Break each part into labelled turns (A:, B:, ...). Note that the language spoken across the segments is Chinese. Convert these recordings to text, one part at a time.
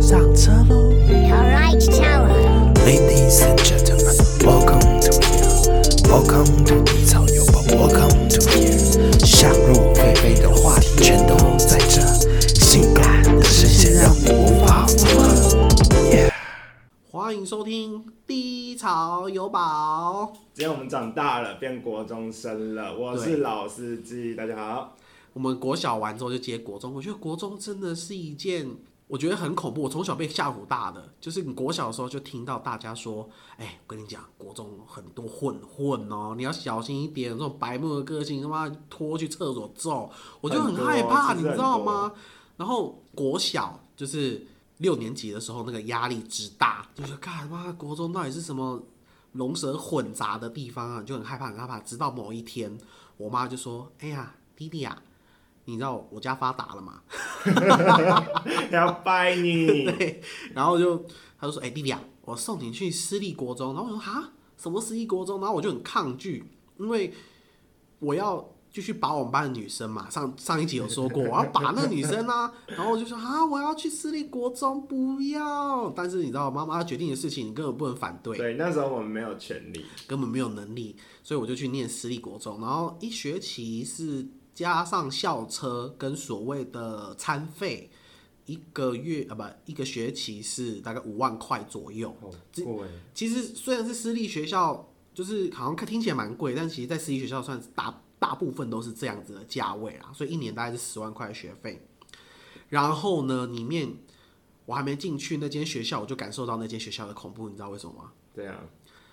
A: 上车喽
B: Alright, Tower.
A: ，Ladies and gentlemen, welcome to here, welcome to 低潮有宝，welcome to here。想入非非的话题全都在这，性感的声线让你无法负荷。Yeah，
C: 欢迎收听《低潮有宝》，
D: 今天我们长大了，变国中生了。我
C: 对
D: 是老司机，大家好。
C: 我们国小完之后就接国中，我觉得国中真的是一件我觉得很恐怖。我从小被吓唬大的，就是你国小的时候就听到大家说：“哎、我跟你讲，国中很多混混哦，你要小心一点，这种白目的个性，他妈拖去厕所揍。”我就很害怕，
D: 很
C: 你
D: 多
C: 知道吗？然后国小就是六年级的时候，那个压力之大，就是干妈国中到底是什么龙蛇混杂的地方啊，你就很害怕，很害怕。直到某一天，我妈就说：“哎呀，弟弟啊，你知道我家发达了嘛？
D: 要拜你，
C: 然后就他就说：“哎、弟弟啊，我送你去私立国中。”然后我说：“哈，什么私立国中？”然后我就很抗拒，因为我要继续把我们班的女生嘛，上上一集有说过，我要把那个女生啊。然后我就说：“啊，我要去私立国中，不要。”但是你知道，妈妈决定的事情，你根本不能反 对。
D: 对，那时候我们没有权利，
C: 根本没有能力，所以我就去念私立国中，然后一学期是加上校车跟所谓的餐费，一个月啊不一个学期是大概五万块左右。
D: 好贵。
C: 其实虽然是私立学校，就是好像看听起来蛮贵，但其实在私立学校算是大大部分都是这样子的价位啦，所以一年大概是十万块的学费。然后呢，里面我还没进去那间学校，我就感受到那间学校的恐怖，你知道为什么吗？
D: 对啊，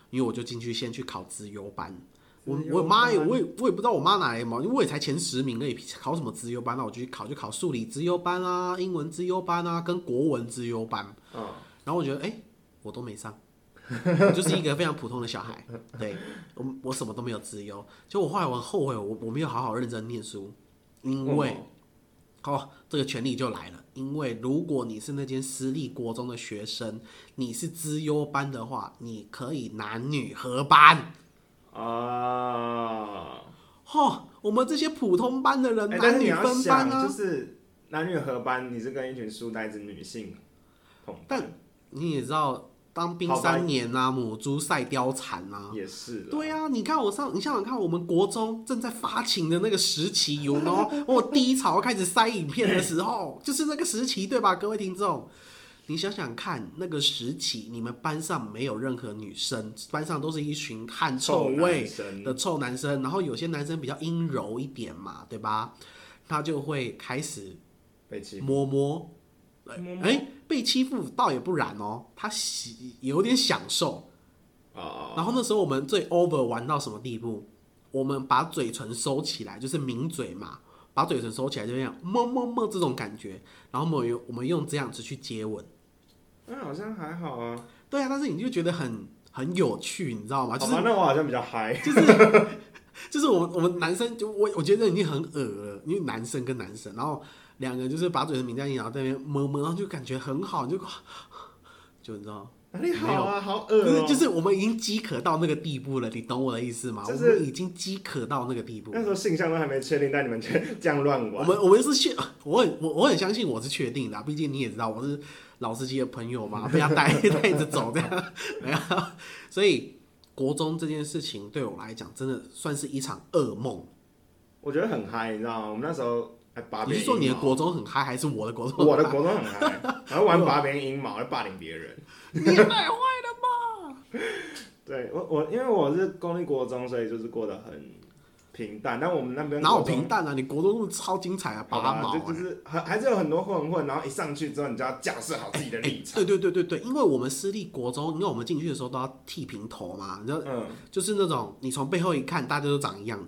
C: 因为我就进去先去考资优班。我
D: 资优
C: 我妈也
D: 班
C: 我也我也不知道我妈哪来的毛，因为我也才前十名而已，考什么资优班？那我就去考，就考数理资优班啊，英文资优班啊，跟国文资优班。
D: 嗯，
C: 然后我觉得，哎、我都没上， 我就是一个非常普通的小孩。对，我我什么都没有资优。就我后来我很后悔，我我没有好好认真念书，因为
D: 哦
C: 哦，这个权利就来了，因为如果你是那间私立国中的学生，你是资优班的话，你可以男女合班。
D: 啊，
C: 哦，我们这些普通班的人，
D: 哎，
C: 男
D: 但是你
C: 女
D: 要
C: 分班
D: 想，
C: 啊。
D: 就是男女合班，你是跟一群书呆子女性同班，
C: 但啊你也知道，当兵
D: 好吧
C: 三年啊，母猪赛貂蝉啊。
D: 也是啦
C: 对啊，你看我上，你想想看，我们国中正在发情的那个时期，有呢， 我低潮开始塞影片的时 候，就是那个时期，对吧，各位听众？你想想看，那个时期你们班上没有任何女生，班上都是一群汗臭
D: 臭
C: 味
D: 男生
C: 的臭男生，然后有些男生比较阴柔一点嘛，对吧？他就会开始
D: 被欺负。
C: 摸摸，哎、
D: 摸摸
C: 哎被欺负倒也不然哦，他喜有点享受，
D: 哦，
C: 然后那时候我们最 over 玩到什么地步？我们把嘴唇收起来，就是抿嘴嘛，把嘴唇收起来就这样么么么这种感觉。然后我们用我们用这样子去接吻，
D: 那好像还好啊。
C: 对啊，但是你就觉得很很有趣，你知道啊吗？就是
D: 好哦吧，那我好像比较嗨。
C: 就是我们我们男生就我我觉得已经很恶了，因为男生跟男生，然后两个人就是把嘴唇抿在一起，然后在那边么么，然后就感觉很好，你就 就你知道。
D: 哪里好啊？好
C: 不
D: 恶
C: 是
D: 哦。
C: 就是我们已经饥渴到那个地步了，你懂我的意思吗？
D: 就是
C: 我们已经饥渴到那个地步了。
D: 那时候性向都还没确定，但你们就这样乱
C: 我
D: 玩。
C: 们我们是确， 我很我我很相信我是确定的啊、毕竟你也知道我是老司机的朋友嘛，被他 带带着走这样，没有，所以国中这件事情对我来讲真的算是一场噩梦。
D: 我觉得很嗨，你知道吗？我们那时候还拔
C: 你
D: 别
C: 是
D: 人
C: 说你
D: 阴
C: 的
D: 毛
C: 国中很嗨，还是我的国中？
D: 哦我的，国中很嗨，然后玩拔别人阴毛，来霸凌别人。
C: 你太坏了吧！
D: 对我我因为我是公立国中，所以就是过得很平淡。但我们那边
C: 哪有
D: 国中
C: 平？淡啊？你国中是超精彩啊，
D: 好
C: 拔
D: 吧，
C: 毛、
D: 就
C: 欸。
D: 就是还还是有很多混混，然后一上去之后，你就要架设好自己的立场。
C: 对欸哎对对对对，因为我们私立国中，因为我们进去的时候都要剃平头嘛，你知道，
D: 嗯，
C: 就是那种你从背后一看，大家都长一样，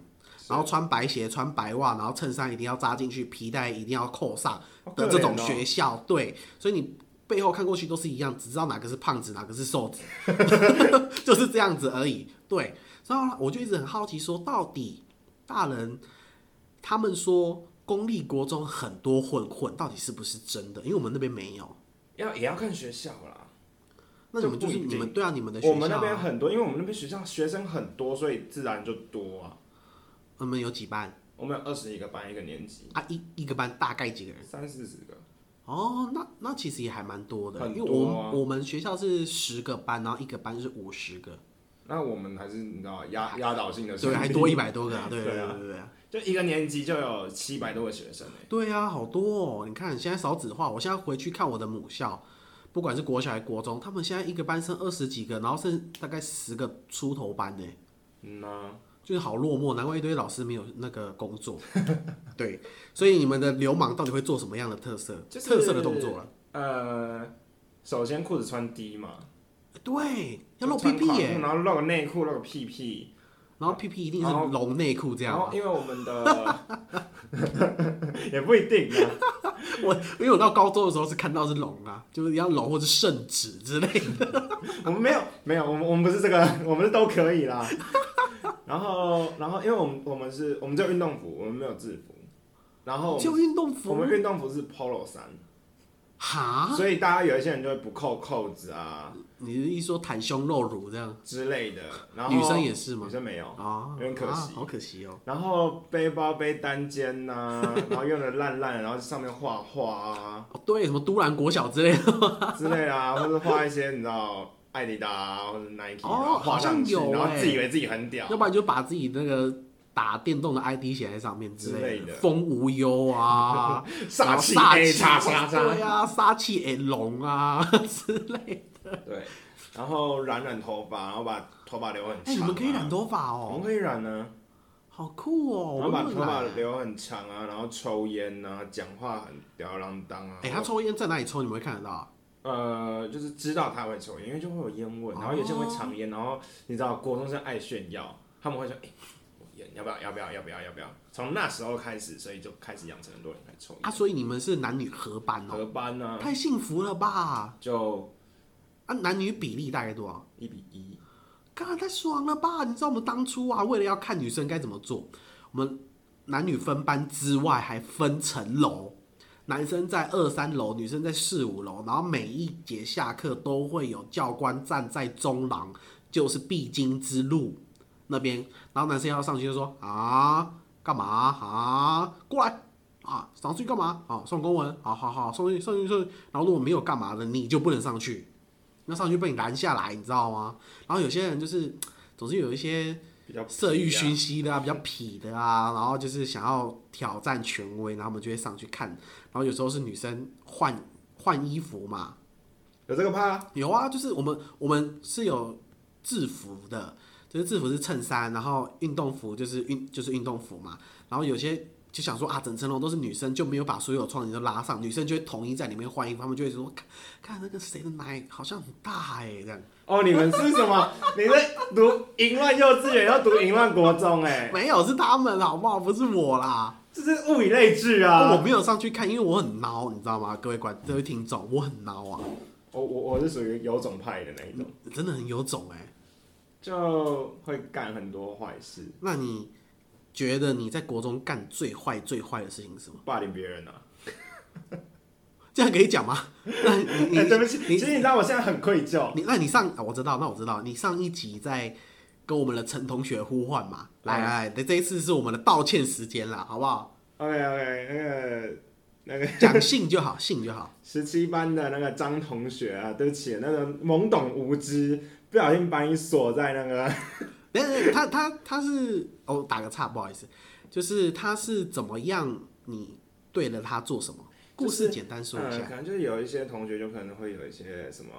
C: 然后穿白鞋、穿白袜，然后衬衫一定要扎进去，皮带一定要扣上
D: 好可
C: 的这种
D: 怜哦
C: 学校，对，所以你背后看过去都是一样，只知道哪个是胖子，哪个是瘦子， 就是这样子而已。对，然后我就一直很好奇说到底大人他们说公立国中很多混混，到底是不是真的？因为我们那边没有，
D: 要也要看学校啦。
C: 那你们就是
D: 就不一
C: 你
D: 定
C: 们对啊，你们的学校、啊，
D: 我们那边很多，因为我们那边学校学生很多，所以自然就多啊。
C: 你们有几班
D: 我们有二十一个班一个年级，
C: 啊？一一个班大概几个人？
D: 三四十个。
C: 哦，那那其实也还蛮多的，
D: 很
C: 因为我
D: 多啊
C: 们我们学校是十个班，然后一个班是五十 个，
D: 那我们还是你知道压压倒性的胜
C: 对，
D: 利，
C: 还多一百多个啊，对
D: 对
C: 对
D: 啊
C: 对对对啊。
D: 就一个年级就有七百多个学生欸
C: 对啊，好多哦！你看现在少子化，我现在回去看我的母校，不管是国小还是国中，他们现在一个班生二十几个，然后剩大概十个出头班呢，
D: 嗯呐，
C: 就是好落寞，难怪一堆老师没有那个工作。 对，所以你们的流氓到底会做什么样的特色、
D: 就是
C: 特色的动作了？啊
D: 呃，首先裤子穿低嘛，
C: 对，要露屁
D: 就穿
C: 屁
D: 垮
C: 耶、
D: 裤然后露个内裤，露个屁屁，
C: 然后屁屁一定是
D: 然后
C: 龙内裤这样
D: 然
C: 啊
D: 后。因为我们的 也不一定啊，
C: 我因为我到高中的时候是看到是龙啊，就是要龙或者圣旨之类 的。
D: 我们没有没有，我们我们不是这个，我们是都可以啦。然后然后因为我们我们是我们只有运动服，我们没有制服，然后我
C: 就
D: 们
C: 运动
D: 我
C: 服
D: 们运动服是 polo 衫，
C: 哈，
D: 所以大家有一些人就会不扣扣子啊
C: 你是一说袒胸露乳这样。
D: 之类的。然后
C: 女生也是吗
D: 女生没有。
C: 啊，
D: 有点可惜
C: 啊好可惜哦。
D: 然后背包背单肩呐、 然后用的烂烂，然后上面画画啊
C: 哦对，什么都兰国小之类的，
D: 之类啊，或者画一些你知道艾迪达、啊、或者 Nike 啊、
C: 哦
D: 画上去，
C: 好像有
D: 然后
C: 欸
D: 自以为自己很屌，
C: 要不然就把自己那个打电动的 ID 写在上面类
D: 之类的
C: 风无忧啊，
D: 煞气
C: 然后
D: A
C: 煞气
D: 叉叉叉，
C: 对啊，杀气 A 龙啊 之类。
D: 对，然后染染头发，然后把头发留很
C: 哎，
D: 长、啊。
C: 你们可以染
D: 头，
C: 头发
D: 我们
C: 哦，
D: 可以染呢、
C: 好酷哦。
D: 然后
C: 我
D: 把
C: 们
D: 头发
C: 不能染
D: 留很长啊，然后抽烟啊，讲话很吊儿郎当啊。
C: 哎，他抽烟在哪里抽？你们会看得到啊？
D: 呃，就是知道他会抽烟，因为就会有烟味，然后有些人会藏烟，然后你知道国中生爱炫耀，他们会说，哎、我烟要不要？要不要？要不要？要不要？从那时候开始，所以就开始养成很多人来抽
C: 啊，
D: 烟。
C: 所以你们是男女合班哦，
D: 合班呢、
C: 太幸福了吧？
D: 就
C: 啊，男女比例大概多少？
D: 一比一，
C: 干太爽了吧！你知道我们当初啊，为了要看女生该怎么做，我们男女分班之外还分层楼，男生在二三楼，女生在四五楼，然后每一节下课都会有教官站在中廊，就是必经之路那边，然后男生要上去就说啊，干嘛啊，过来。啊，上去干嘛？啊，送公文，好好好，送去送去送去。然后如果没有干嘛的，你就不能上去，那上去被你拦下来，你知道吗？然后有些人就是，总是有一些
D: 比较
C: 色欲
D: 熏
C: 熏心的啊，比较痞的啊，然后就是想要挑战权威，然后我们就会上去看。然后有时候是女生换换衣服嘛，
D: 有这个怕？
C: 有啊，就是我们我们是有制服的，就是制服是衬衫，然后运动服就是运就是运动服嘛。然后有些就想说啊，整层楼都是女生，就没有把所有窗帘都拉上，女生就会统一在里面换衣服，他们就会说看看那个谁的奶好像很大哎、这样。
D: 哦，你们是什么？你在读淫乱幼稚园，要读淫乱国中、哎，
C: 没有，是他们好不好？不是我啦，
D: 这是物以类聚
C: 哦我
D: 啊！
C: 没有上去看，因为我很孬，你知道吗？各位观各位听众，我很孬啊，
D: 我我我是属于有种派的那一种，
C: 真的很有种哎、
D: 就会干很多坏事，
C: 那你觉得你在国中干最坏最坏的事情是什么？
D: 霸凌别人啊！
C: 这样可以讲吗？ 那你
D: 哎、
C: 你
D: 对不起，
C: 你
D: 其实你知道我现在很愧疚。
C: 你那你上、啊我知道，那我知道，你上一集在跟我们的陈同学呼唤嘛，来
D: 嗯
C: 来，来这一次是我们的道歉时间啦，好不好？
D: OK OK，那个那个
C: 讲信就好，信就好。
D: 十七班的那个张同学啊，对不起，那个懵懂无知，不小心把你锁在那个
C: 等等等，他他他是哦，打个岔，不好意思，就是他是怎么样？你对了他做什么？故
D: 就
C: 事
D: 是
C: 简单说一
D: 嗯，
C: 下。
D: 可能就是有一些同学就可能会有一些什么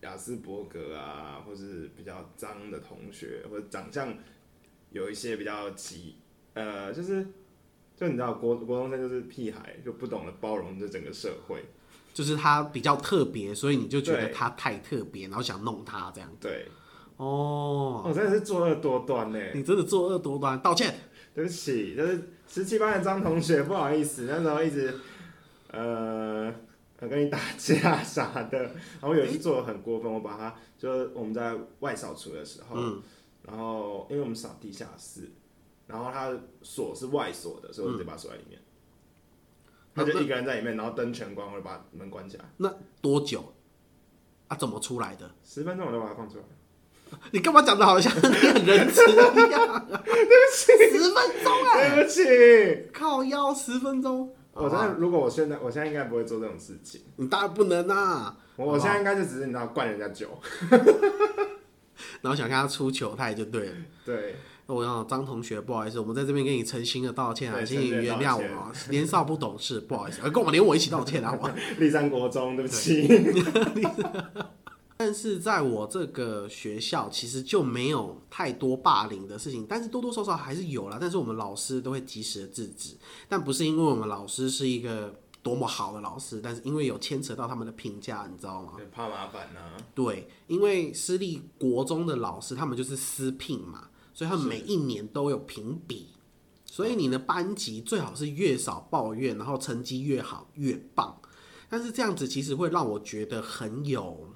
D: 雅斯伯格啊，或是比较脏的同学，或者长相有一些比较奇，呃，就是就你知道国国中生就是屁孩，就不懂得包容这整个社会，
C: 就是他比较特别，所以你就觉得
D: 对
C: 他太特别，然后想弄他这样。
D: 对，
C: 哦，
D: 我、真的是作恶多端呢、
C: 你真的作恶多端，道歉。
D: 对不起，就是十七班的张同学，不好意思，那时候一直呃呃跟你打架啥的，然后有一次做的很过分，我把他就是我们在外扫除的时候，然后因为我们扫地下室，然后他的锁是外锁的，所以我直接把他锁在里面。他就一个人在里面，然后灯全关，我就把门关起来。
C: 那多久？啊，怎么出来的？
D: 十分钟我就把他放出来。
C: 你干嘛讲的好像你很仁慈一样、啊？对不起，十分钟哎、啊
D: 对不起，
C: 靠腰十分钟，哦
D: 我真的，如果我现在，我现在应该不会做这种事情。
C: 你当然不能啊。
D: 我
C: 好不好
D: 我现在应该就只是你知道灌人家酒。
C: 然后想看他出糗态就对了。
D: 对，
C: 我想张同学，不好意思，我们在这边给你诚心的道歉啊，
D: 对
C: 请你
D: 诚
C: 原
D: 心
C: 谅
D: 地道
C: 我
D: 歉
C: 啊，年少不懂事，不好意思，呃跟我们连我一起道歉啊，我。
D: 立山国中，对不起。
C: 但是在我这个学校，其实就没有太多霸凌的事情，但是多多少少还是有啦。但是我们老师都会及时的制止，但不是因为我们老师是一个多么好的老师，但是因为有牵扯到他们的评价，你知道吗？
D: 对怕麻烦啊呐、
C: 对，因为私立国中的老师他们就是私聘嘛，所以他们每一年都有评比，所以你的班级最好是越少抱怨，然后成绩越好越棒。但是这样子其实会让我觉得很有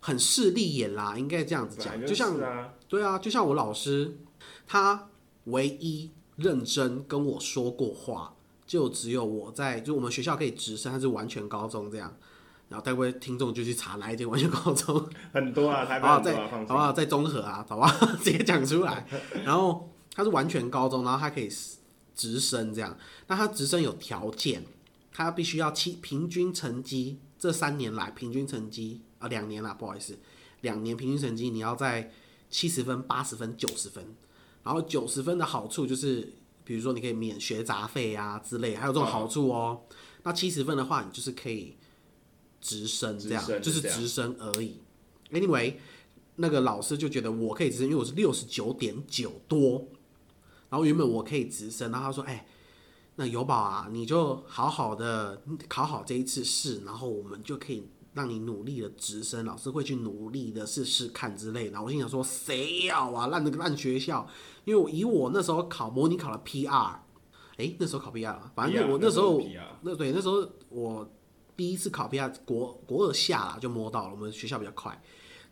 C: 很势利眼啦，应该这样子
D: 本来
C: 讲，
D: 就
C: 就像
D: 是啊，
C: 对啊，就像我老师，他唯一认真跟我说过话，就只有我在，就我们学校可以直升，他是完全高中这样。然后待会听众就去查哪一间完全高中，
D: 很多啊，台
C: 好
D: 湾
C: 不好再
D: 很多啊，
C: 好
D: 放
C: 不
D: 心。
C: 好再综合啊，好不好？ 直接讲出来。然后他是完全高中，然后他可以直升这样。那他直升有条件，他必须要七平均成绩，这三年来平均成绩啊两年啦，不好意思，两年平均成绩你要在七十分、八十分、九十分。然后九十分的好处就是，比如说你可以免学杂费啊之类，还有这
D: 嗯
C: 种好处哦。那七十分的话，你就是可以直升这样
D: 直，升
C: 就是
D: 这样
C: 直升而已。Anyway，那个老师就觉得我可以直升，因为我是六十九点九多。然后原本我可以直升，然后他说：“哎、那友宝啊，你就好好的考好这一次试，然后我们就可以让你努力的直升，老师会去努力的试试看之类的。然后我心想说，谁要啊，烂那个烂学校？因为我以我那时候考模拟考了 PR，哎，那时候考 PR 嘛反正
D: PR
C: 我那时候
D: 那时候是 PR
C: 那对那时候我第一次考 PR 国国二下啦就摸到了，我们学校比较快，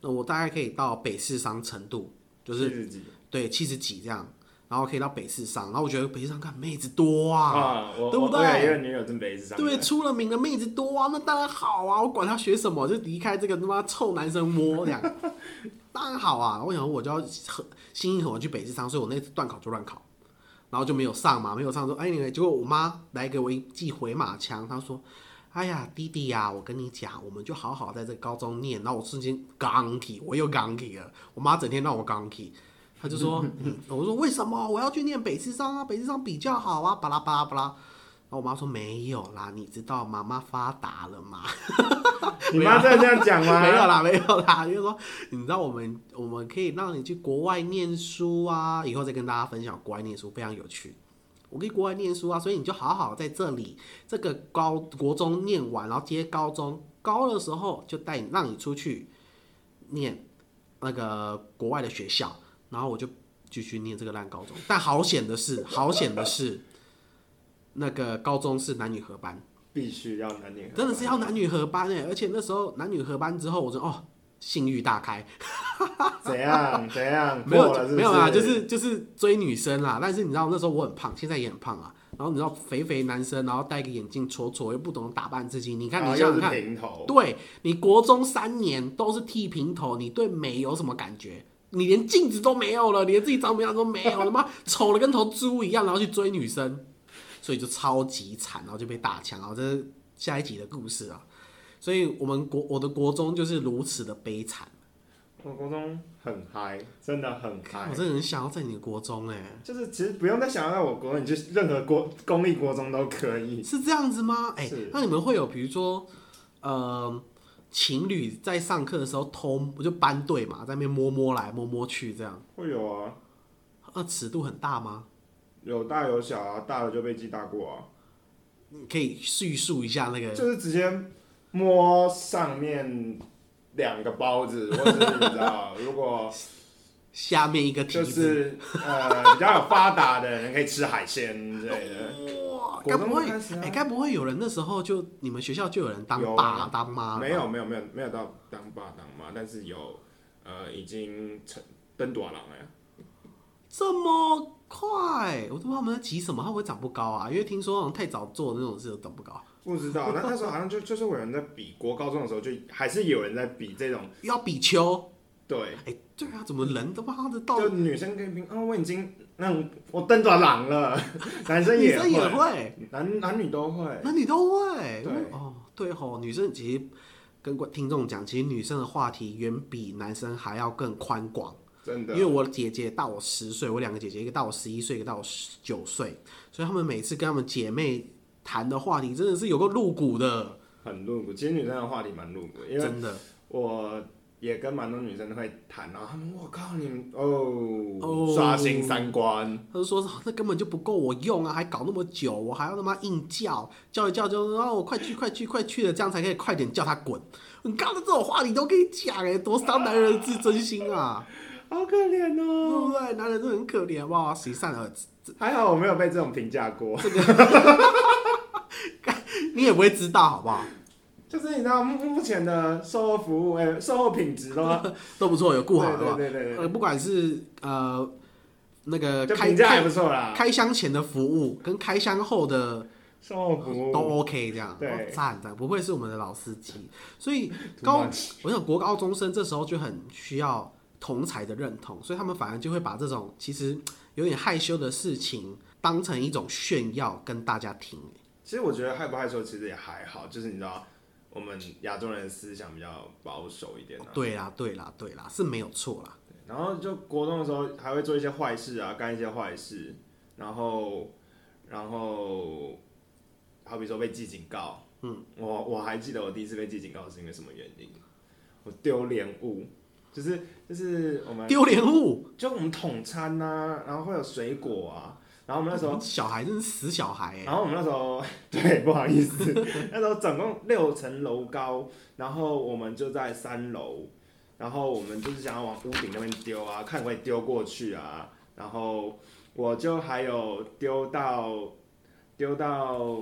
C: 那我大概可以到北市商程度，就是
D: 自己
C: 对七十几这样，然后可以到北市上，然后我觉得北市上看妹子多啊，
D: 啊，我
C: 对不
D: 我我有一
C: 对？
D: 任女友真北是上
C: 对，
D: 面，
C: 出了名的妹子多啊，那当然好啊，我管他学什么，就离开这个他妈臭男生窝这样，当然好啊。我想我就要很心一狠，我去北市上，所以我那次断考就乱考，然后就没有上嘛，没有上说，哎，那个结果我妈来给我一记回马枪，她说。哎呀，弟弟呀、我跟你讲，我们就好好在这个高中念。然后我瞬间刚体，我又刚体了。我妈整天让我刚体，她就说，嗯我说为什么我要去念北师商啊？北师商比较好啊，巴拉巴拉巴拉。然后我妈说没有啦，你知道妈妈发达了嘛？
D: 你妈真的这样讲吗？
C: 没有啦， 没有啦，就是说，你知道我们我们可以让你去国外念书啊，以后再跟大家分享国外念书非常有趣。我可以国外念书啊，所以你就好好在这里这个高国中念完，然后接高中，高的时候就带你让你出去念那个国外的学校，然后我就继续念这个烂高中。但好险的是，好险的是，那个高中是男女合班。
D: 必须要男女合班，
C: 真的是要男女合班哎、而且那时候男女合班之后，我就哦，性欲大开，
D: 怎样怎样？
C: 没有
D: 过了是不
C: 没有啊，就是就是追女生啦。但是你知道那时候我很胖，现在也很胖啊。然后你知道肥肥男生，然后戴个眼镜戳戳，又不懂打扮自己。你看
D: 然
C: 你
D: 后
C: 想
D: 啊又
C: 想
D: 是
C: 看，
D: 平头，
C: 对你国中三年都是剃平头，你对美有什么感觉？你连镜子都没有了，你连自己长什么样都没有了，他妈丑的跟头猪一样，然后去追女生，所以就超级惨，然后就被打枪，然后这是下一集的故事啊。所以我们国我的国中就是如此的悲惨，
D: 我国中很嗨，真的很嗨
C: 我。真的很想要在你的国中哎、
D: 就是其实不用再想到我国，你去任何国公立国中都可以。
C: 是这样子吗？哎、
D: 是
C: 那你们会有比如说，呃，情侣在上课的时候偷，就班队嘛，在那边摸摸来摸摸去这样，
D: 会有啊，
C: 那尺度很大吗？
D: 有大有小啊，大的就被记大过啊，
C: 可以叙述一下那个
D: 就是直接摸上面两个包子，或者是你知道，如果
C: 下面一个题
D: 就
C: 子？
D: 是呃比较有发达的人可以吃海鲜之类的。
C: 哇，
D: 国
C: 该
D: 中
C: 不会
D: 就开始啊
C: 哎，该、不会有人那时候就你们学校就有人当
D: 有
C: 爸、
D: 啊
C: 当妈？
D: 没有，没有没有没有到当爸当妈，但是有呃已经成登短郎 了呀。
C: 这么快，我都不知道他们在急什么，他们会长不高啊？因为听说好像太早做那种事都长不高，
D: 不知道，那那时候好像就就是有人在比，国高中的时候就还是有人在比这种
C: 要比丘
D: 对，
C: 哎、对啊，怎么人他妈的到
D: 就女生跟平啊，我已经那种我登短狼了， 男生
C: 女
D: 也
C: 生也会，
D: 男男女都会，
C: 男女都会。
D: 对
C: 哦，对吼，女生其实跟观听众讲，其实女生的话题远比男生还要更宽广。
D: 真的
C: 因为，我姐姐大我十岁，我两个姐姐，一个大我十一岁，一个大我十九岁，所以她们每次跟她们姐妹谈的话题真的是有个露骨的，
D: 很露骨。其实女生的话题蛮露骨，因为
C: 真的
D: 我也跟蛮多女生会谈，然后她们我靠你们哦，
C: 哦
D: 刷新三观，
C: 他就说 那根本就不够我用啊，还搞那么久，我还要他妈硬叫，叫一叫就让我快去快去快去的，这样才可以快点叫他滚。你刚才这种话你都可以讲哎、多伤男人的自尊心啊，
D: 好可怜
C: 对
D: 哦。
C: 不对？男人都很可怜好不好？谁善而止？
D: 还好我没有被这种评价过，
C: 你也不会知道好不好？
D: 就是你知道目目前的售后服务，哎、售后品质都
C: 都不错，有顾好好不好？
D: 对对对对对
C: 呃，不管是呃那个
D: 就
C: 开
D: 评价还
C: 开
D: 不错啦，
C: 开箱前的服务跟开箱后的
D: 售后服务
C: 都 OK 这样，
D: 对
C: 哦赞赞，不愧是我们的老司机。所 以高
D: Too，
C: 我想国高中生这时候就很需要同才的认同，所以他们反而就会把这种其实有点害羞的事情当成一种炫耀跟大家听。
D: 其实我觉得害不害羞其实也还好，就是你知道，我们亚洲人思想比较保守一点、啊。
C: 对啦，对啦，对啦，是没有错啦。
D: 然后就国中的时候还会做一些坏事啊，干一些坏事，然后然后好比说被记警告，嗯，我我还记得我第一次被记警告是因为什么原因，我丢脸物，就是就是我们
C: 丢脸物，
D: 就我们统餐呐、然后会有水果啊，然后我们那时候
C: 小孩真是死小孩哎、
D: 然后我们那时候， 对，不好意思，那时候总共六层楼高，然后我们就在三楼，然后我们就是想要往屋顶那边丢啊，看可以丢过去啊，然后我就还有丢到丢到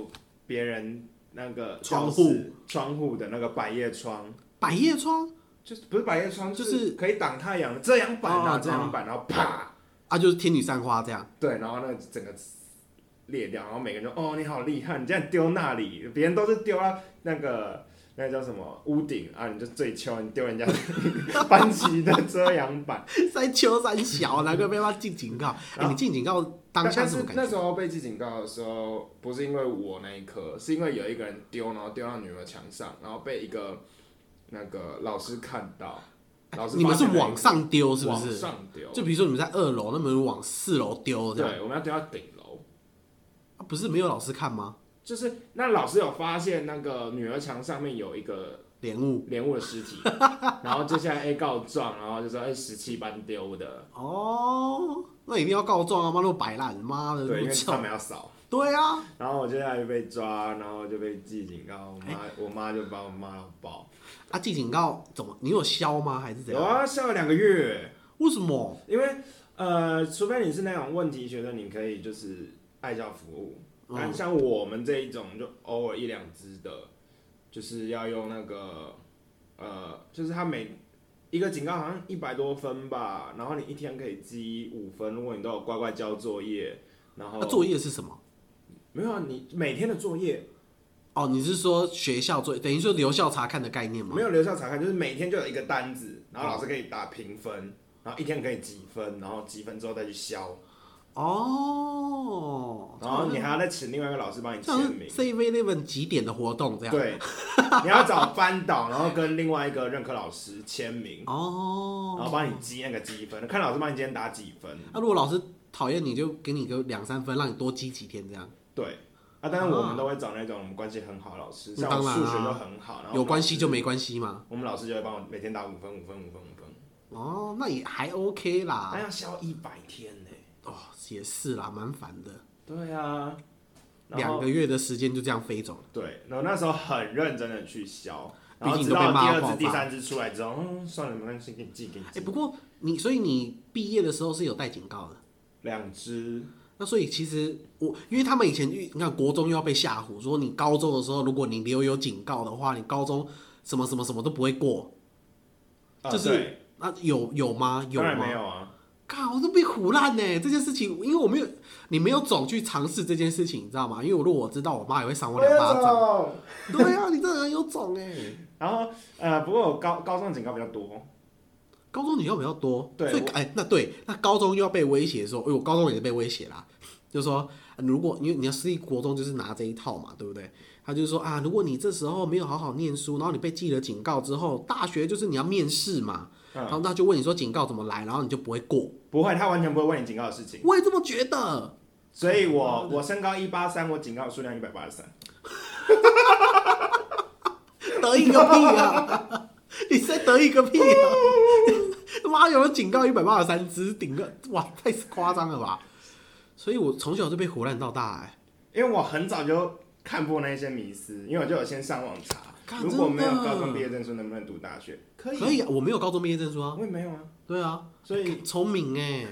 D: 别人那个
C: 窗
D: 教
C: 户
D: 室窗户的那个百叶窗。
C: 百叶窗
D: 就是不是百叶窗，
C: 就是
D: 是可以挡太阳的遮阳板
C: 哦
D: 啊，
C: 哦
D: 遮阳板，然后啪，
C: 啊，就是天女散花这样，
D: 对，然后那整个裂掉，然后每个人就哦你好厉害，你竟然丢那里，别人都是丢到那个那个叫什么屋顶啊，你就最秋，你丢人家 班级的遮阳 板。
C: 在秋山小，难怪被他进警告。哎、
D: 然后
C: 你进警告当
D: 但
C: 下
D: 但
C: 什
D: 是
C: 么感
D: 那
C: 觉
D: 时？候被记警告的时候，不是因为我那一科，是因为有一个人丢，然后丢到女儿墙上，然后被一个那个老师看到， 老师
C: 你们是
D: 发现了
C: 往上丢是不
D: 往
C: 是？
D: 上丢，
C: 就比如说你们在二楼，那么往四楼丢这样，
D: 对，我们要丢到顶楼。
C: 啊不是没有老师看吗？
D: 就是那老师有发现那个女儿墙上面有一个
C: 莲雾
D: 莲雾的尸 体，然后接下来 A 告状，然后就说哎十七班丢的，
C: 哦，那一定要告状啊！妈，那么摆烂，妈的，
D: 对，
C: 那
D: 因为
C: 么
D: 他
C: 臭
D: 们。要扫，
C: 对啊，
D: 然后我接下来就被抓，然后就被记警告，我妈我妈就把我骂到爆，
C: 啊，记警告怎么？你有消吗？还是怎
D: 有
C: 样？
D: 啊，笑了两个月，
C: 为什么？
D: 因为呃，除非你是那种问题学生，你可以就是爱校服务，
C: 嗯
D: 但像我们这一种就偶尔一两只的，就是要用那个呃，就是他每一个警告好像一百多分吧，然后你一天可以积五分，如果你都有乖乖交作业，然后、
C: 那啊作业是什么？
D: 没有啊，你每天的作业
C: 哦，你是说学校作业，等于说留校查看的概念吗？
D: 没有留校查看，就是每天就有一个单子，然后老师可以打评分，然后一天可以积分，然后积分之后再去消，
C: 哦，
D: 然后你还要再请另外一个老师帮啊你签
C: 像
D: 名
C: 是。CV Eleven 几点的活动这样？。
D: 对，你要找班导，然后跟另外一个任课老师签名，
C: 哦。
D: 然后帮你积那个积分，看老师帮你今天打几分。
C: 那、如果老师讨厌你，就给你个两三分，让你多积几天这样。
D: 对，啊，但是我们都会找那种我们关系很好的老师，像我
C: 当然啊
D: 数学就很好，然后我们
C: 有关系
D: 老师
C: 就没关系嘛。
D: 我们老师就会帮我每天打五分，五分，五分，五分，
C: 哦，那也还 OK
D: 但
C: 啦。
D: 要消一百天呢。
C: 哦，也是啦，蛮烦的。
D: 对啊，然
C: 两
D: 后
C: 个月的时间就这样飞走了。
D: 对，然后那时候很认真的去消，然后
C: 毕
D: 直
C: 竟都被
D: 到第
C: 骂
D: 二
C: 爆
D: 只、第
C: 发
D: 三只出来之后，嗯，算了，没关系，给你寄，给你
C: 哎、
D: 寄。
C: 不过你，所以你毕业的时候是有带警告的。
D: 两只，
C: 那所以其实我，因为他们以前遇，你看国中又要被吓唬，说你高中的时候，如果你留有警告的话，你高中什么什么什么都不会过。
D: 啊
C: 就是
D: 对
C: 那有有吗？有
D: 当然
C: 吗
D: 没？有啊，
C: 靠，我都被唬烂呢！这件事情，因为我没有，你没有总去尝试这件事情，你知道吗？因为我如果我知道，我妈也会赏我两巴掌。啊
D: 掌。
C: 对啊，你这人有种哎！
D: 然后呃，不过我高高中的警告比较多，
C: 高中女校比较多，
D: 对
C: 所以
D: 我
C: 哎，那对，那高中又要被威胁说，哎，我高中也是被威胁啦，就说如果因为你要私立国中就是拿这一套嘛，对不对？他就是说啊，如果你这时候没有好好念书，然后你被记了警告之后，大学就是你要面试嘛，
D: 嗯
C: 然后他就问你说警告怎么来，然后你就不会过。
D: 不会，他完全不会问你警告的事情。
C: 我也这么觉得，
D: 所以
C: 嗯
D: 我我身高一八三，我警告数量一百八十三。
C: 得意个屁啊！ 你在得意个屁啊！妈，有人警告一百八十三只，顶个哇，太夸张了吧！所以我从小就被胡乱到大、哎，
D: 因为我很早就看破那些迷思，因为我就有先上网查
C: 干，
D: 如果没有
C: 真的
D: 高中毕业证书，能不能读大学？可以，
C: 可以啊，我没有高中毕业证书啊
D: 我，也没有啊。
C: 对啊，
D: 所以
C: 聪明哎、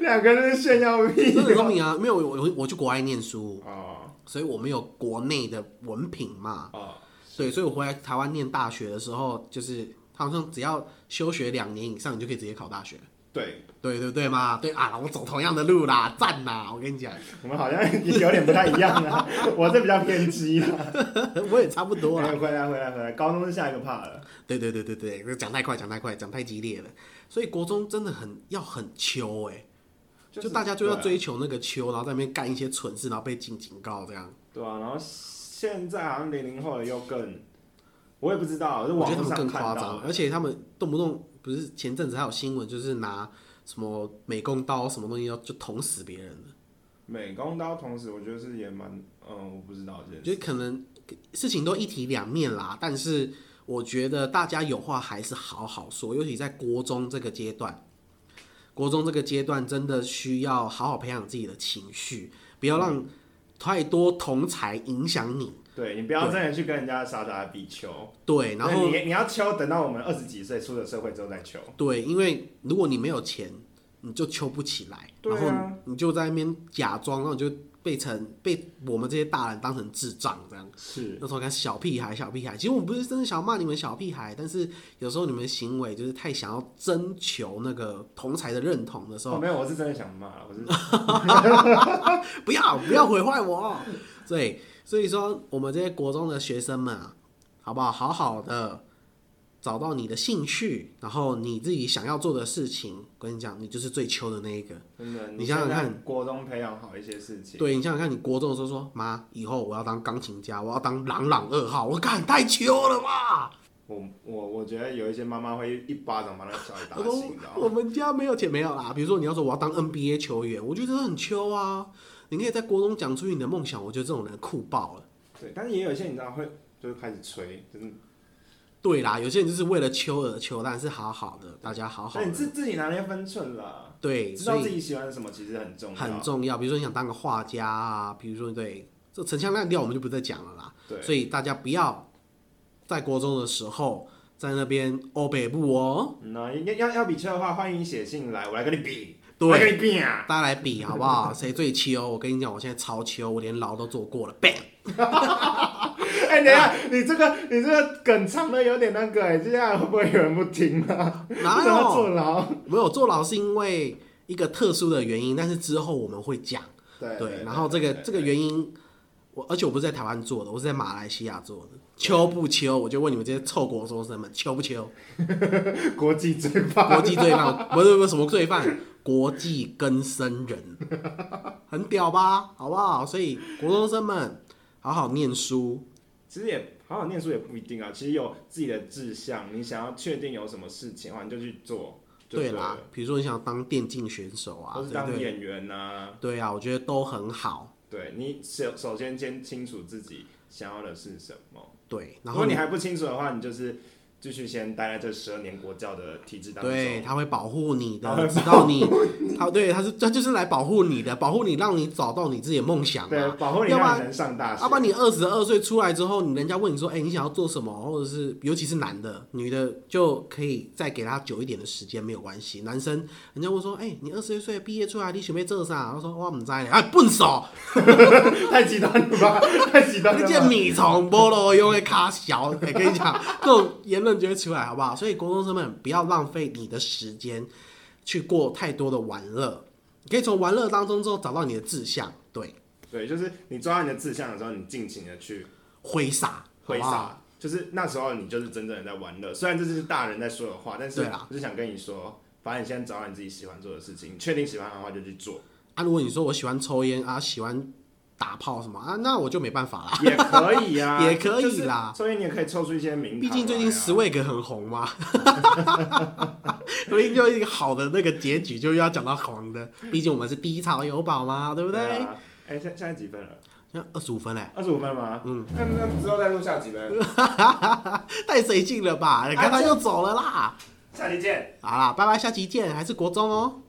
D: 两个人是炫耀屁。
C: 真的聪明啊！没有我我我去国外念书，
D: 哦
C: 所以我没有国内的文凭嘛，
D: 哦，
C: 对，所以我回来台湾念大学的时候，就是他好像只要休学两年以上，你就可以直接考大学。
D: 对，
C: 对对对嘛，对啊，我走同样的路啦，赞啦！我跟你讲，
D: 我们好像也有点不太一样啊。我这比较偏激啊。
C: 我也差不多啦
D: 哎。回来回来回来，高中是下一个 part 了。
C: 对对对对对，讲太快，讲太快，讲太激烈了。所以国中真的很要很秋哎、
D: 就
C: 就
D: 啊
C: 是大家就要追求那个秋，然后在那边干一些蠢事，然后被警警告这样。
D: 对啊，然后现在好像零零后的又更，我也不知道，是
C: 我觉
D: 网
C: 得他
D: 络
C: 们
D: 上
C: 更
D: 看
C: 夸
D: 到
C: 张，
D: 的。
C: 而且他们动不动不是前阵子还有新闻，就是拿什么美工刀什么东西要就捅死别人了，
D: 美工刀同时，我觉得是也蛮，嗯，我不知道这件事。
C: 就是可能事情都一体两面啦。但是我觉得大家有话还是好好说，尤其在国中这个阶段，国中这个阶段真的需要好好培养自己的情绪，不要让太多同才影响你。
D: 对你不要真的去跟人家傻傻的比球，
C: 对，然后
D: 你你要求等到我们二十几岁出了社会之后再求。
C: 对，因为如果你没有钱，你就求不起来，
D: 对啊
C: 然后你就在那边假装，然后你就被成被我们这些大人当成智障这样。
D: 是，
C: 那时候看小屁孩，小屁孩，其实我不是真的想骂你们小屁孩，但是有时候你们行为就是太想要征求那个同才的认同的时
D: 哦，
C: 候，
D: 没有，我是真的想骂， 我是
C: 不要不要毁坏我。对，所以说我们这些国中的学生们啊，好不好？好好的找到你的兴趣，然后你自己想要做的事情，我跟你讲，你就是最秋的那一个。
D: 真的。
C: 你想想看
D: 现在国中培养好一些事情，
C: 对你想想看，你国中的时候说妈，以后我要当钢琴家，我要当朗朗二号，我干太秋了吧？
D: 我我我觉得有一些妈妈会一巴掌把那个小孩打
C: 我说
D: 醒，你知道
C: 我
D: 吗？
C: 们家没有钱没有啦。比如说你要说我要当 NBA 球员，我觉得这很秋啊。你可以在国中讲出你的梦想，我觉得这种人酷爆了。
D: 对，但是也有一些你知道会就是开始吹，就是，
C: 对啦，有些人就是为了秋而秋，但是好好的，大家好好
D: 但你
C: 的，
D: 自自己拿捏分寸啦。
C: 对，
D: 知
C: 所
D: 道自
C: 以
D: 己喜欢什么其实很重要，
C: 很重要。比如说你想当个画家啊，比如说对这陈腔滥调，我们就不再讲了啦。
D: 对，
C: 所以大家不要在国中的时候在那边欧北部哦。
D: 那要要要比车的话，欢迎写信来，我来跟你比，
C: 对
D: 我来跟你比 啊！
C: 大家来比好不好？谁最秋？我跟你讲，我现在超秋，我连牢都做过了。bang，
D: 哎、等一下，你这个你这个梗唱的有点那个、哎，接下来会不会有人不听啊？
C: 哪
D: 为什么要坐
C: 有？
D: 牢？
C: 没有坐牢是因为一个特殊的原因，但是之后我们会讲。
D: 对
C: 对，然后这个哎这个原因，我而且我不是在台湾做的，我是在马来西亚做的。秋不秋？我就问你们这些臭国中生们，秋不秋？
D: 国际最棒，
C: 国际罪犯，不是不是什么罪犯，国际更生人，很屌吧？好不好？所以国中生们好好念书，
D: 其实也好好念书也不一定啊，其实有自己的志向，你想要确定有什么事情的话，你就去做，就
C: 对
D: 了
C: 啦，比如说你想当电竞选手啊，
D: 或是
C: 对不
D: 当
C: 对？
D: 演员呐、
C: 对啊，我觉得都很好。
D: 对你首首先先清楚自己想要的是什么。
C: 对，
D: 如
C: 然后
D: 果你还不清楚的话，你就是继续先待在这十二年国教的体制当中。
C: 对他会保护你
D: 他会
C: 的，直到你他对他是他就是来保护你的，保护你，让你找到你自己的梦想
D: 对，
C: 嘛。
D: 保护你
C: 要不
D: 让
C: 然
D: 你能上大学。
C: 要不然你二十二岁出来之后，你人家问你说，哎、你想要做什么？或者是尤其是男的，女的就可以再给他久一点的时间，没有关系。男生人家问说，哎、你二十岁毕业出来，你准备做啥？他说我唔知咧，哎，笨手，
D: 太极端了吧？太极端
C: 那
D: 了
C: 件
D: 吧？
C: 米虫菠萝用的卡小，哎跟你讲，这种言论就会出来，好不好？所以国中生们不要浪费你的时间去过太多的玩乐，你可以从玩乐当中之后找到你的志向，对，
D: 对，就是你抓到你的志向的时候，你尽情的去
C: 挥洒，
D: 挥
C: 好不好
D: 洒，就是那时候你就是真正的在玩乐，虽然这是大人在说的话，但是
C: 对啊
D: 我就想跟你说，反正你现在找到你自己喜欢做的事情，你确定喜欢的话就去做，
C: 啊，如果你说我喜欢抽烟啊，喜欢打炮什么啊，那我就没办法啦。
D: 也可以啊，
C: 也可以啦
D: 就是所以你也可以抽出一些名堂来
C: 毕
D: 啊、
C: 竟最近 Swag 很红嘛，所以就一个好的那个结局就又要讲到黄的。毕竟我们是低潮有宝嘛，对不
D: 对
C: 对？
D: 啊。哎、现现在几分了？
C: 像二十五分嘞，
D: 二十五分吗？嗯，那那之后再录下几分，
C: 太随性了吧？你看他又走了啦。
D: 下期见。
C: 好啦，拜拜，下期见，还是国中哦。